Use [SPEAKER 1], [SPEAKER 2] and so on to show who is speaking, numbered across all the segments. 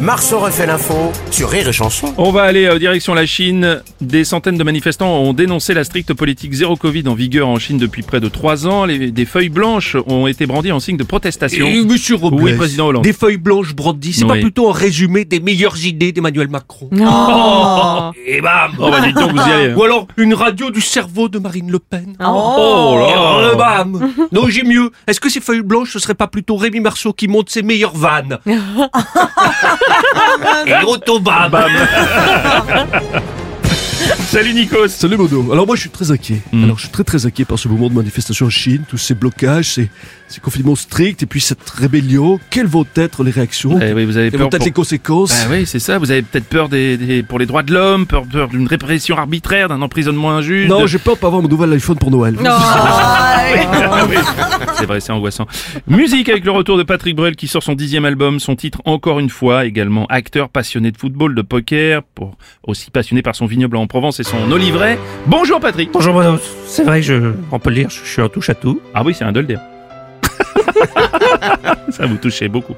[SPEAKER 1] Marceau refait l'info sur Rire et Chanson.
[SPEAKER 2] On va aller euh, direction la Chine. Des centaines de manifestants ont dénoncé la stricte politique zéro Covid en vigueur en Chine depuis près de trois ans. Les- des feuilles blanches ont été brandies en signe de protestation.
[SPEAKER 3] Et Monsieur Robles,
[SPEAKER 2] Oui, président Hollande.
[SPEAKER 3] des feuilles blanches brandies, c'est pas
[SPEAKER 2] Oui.
[SPEAKER 3] plutôt un résumé des meilleures idées d'Emmanuel Macron
[SPEAKER 4] Non.
[SPEAKER 3] Et bam
[SPEAKER 2] Oh bah dites donc, vous y allez. hein.
[SPEAKER 3] Ou alors une radio du cerveau de Marine Le Pen
[SPEAKER 2] Oh
[SPEAKER 3] Et
[SPEAKER 2] là
[SPEAKER 3] re- bam Non, j'ai mieux. Est-ce que ces feuilles blanches, ce serait pas plutôt Rémi Marceau qui monte ses meilleures vannes Et autobam
[SPEAKER 2] Salut Nikos
[SPEAKER 5] Salut Bodo. Alors moi je suis très inquiet.
[SPEAKER 2] Hmm.
[SPEAKER 5] Alors je suis très très inquiet par ce moment de manifestation en Chine, tous ces blocages, ces, ces confinements stricts et puis cette rébellion. Quelles vont être les réactions
[SPEAKER 2] Eh oui, vous avez peur
[SPEAKER 5] Quelles vont être
[SPEAKER 2] pour-
[SPEAKER 5] les conséquences
[SPEAKER 2] Ah oui, c'est ça. Vous avez peut-être peur des, des- pour les droits de l'homme, peur, peur d'une répression arbitraire, d'un emprisonnement injuste.
[SPEAKER 5] Non, j'ai peur de pas avoir mon nouvel iPhone pour Noël.
[SPEAKER 2] Ah oui, c'est vrai, c'est angoissant. Musique avec le retour de Patrick Bruel qui sort son dixième album, son titre encore une fois, également acteur passionné de football, de poker, pour, aussi passionné par son vignoble en Provence et son oliveraie. Bonjour Patrick
[SPEAKER 3] Bonjour, madame. c'est vrai, je, on peut le dire, je suis un touche à tout.
[SPEAKER 2] Ah oui, c'est un de le dire. Ça vous touchez beaucoup.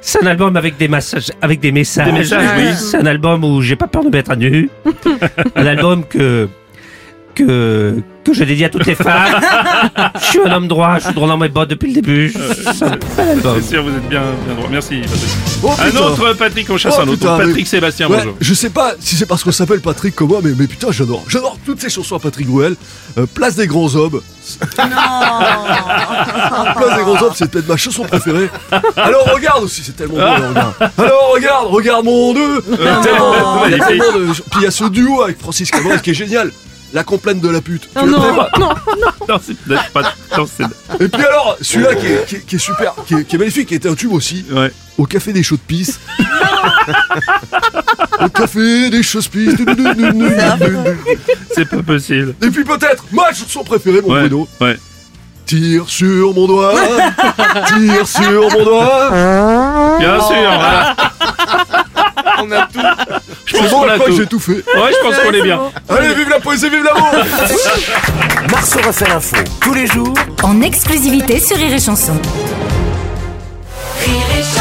[SPEAKER 3] C'est un album avec des massages, avec des messages.
[SPEAKER 2] Des messages, oui.
[SPEAKER 3] C'est un album où j'ai pas peur de mettre à nu. un album que que que je dédie à toutes les femmes. je suis un homme droit, je suis droit dans mes bottes depuis le début. C'est un bel album.
[SPEAKER 2] C'est sûr, vous êtes bien, bien droit. Merci Patrick. Ah,
[SPEAKER 5] Oh,
[SPEAKER 2] Un
[SPEAKER 5] putain.
[SPEAKER 2] autre Patrick, on chasse
[SPEAKER 5] Oh,
[SPEAKER 2] un autre.
[SPEAKER 5] putain,
[SPEAKER 2] Patrick
[SPEAKER 5] mais-
[SPEAKER 2] Sébastien,
[SPEAKER 5] Ouais,
[SPEAKER 2] bonjour.
[SPEAKER 5] je sais pas si c'est parce qu'on s'appelle Patrick comme moi, mais, mais putain, j'adore. J'adore toutes ces chansons à Patrick Bruel. Euh, Place des grands hommes. Place des grands hommes, c'est peut-être ma chanson préférée. Alors regarde aussi, c'est tellement beau. alors, regarde. Alors regarde, regarde mon deux.
[SPEAKER 2] Euh,
[SPEAKER 5] Tellement- il y a
[SPEAKER 2] magnifique.
[SPEAKER 5] tellement de- Puis il y a ce duo avec Francis Cabrel qui est génial. La complainte de la pute. Tu le connais pas
[SPEAKER 2] Non, c'est peut-être pas. Non, c'est.
[SPEAKER 5] Et puis alors, celui-là
[SPEAKER 2] Oh.
[SPEAKER 5] qui est, qui est- qui est super, qui est, qui est magnifique, qui était un tube aussi,
[SPEAKER 2] Ouais.
[SPEAKER 5] au café des chaudes pisses. au café des chaudes pisses.
[SPEAKER 2] C'est pas possible.
[SPEAKER 5] Et puis peut-être ma chanson préférée, mon
[SPEAKER 2] Ouais.
[SPEAKER 5] Oh, Bruno.
[SPEAKER 2] Ouais.
[SPEAKER 5] Tire sur mon doigt, tire sur mon doigt.
[SPEAKER 2] Bien sûr. voilà.
[SPEAKER 6] On a tout.
[SPEAKER 2] Je
[SPEAKER 5] C'est
[SPEAKER 2] pense
[SPEAKER 5] bon,
[SPEAKER 2] qu'on
[SPEAKER 5] je
[SPEAKER 2] a
[SPEAKER 5] crois que
[SPEAKER 2] tout.
[SPEAKER 5] j'ai tout fait.
[SPEAKER 2] Ouais, je pense qu'on est bien.
[SPEAKER 5] Allez, vive la poésie, vive l'amour
[SPEAKER 1] Marceau refait l'info tous les jours
[SPEAKER 7] en exclusivité sur Rire et Chanson. Rire et Chanson.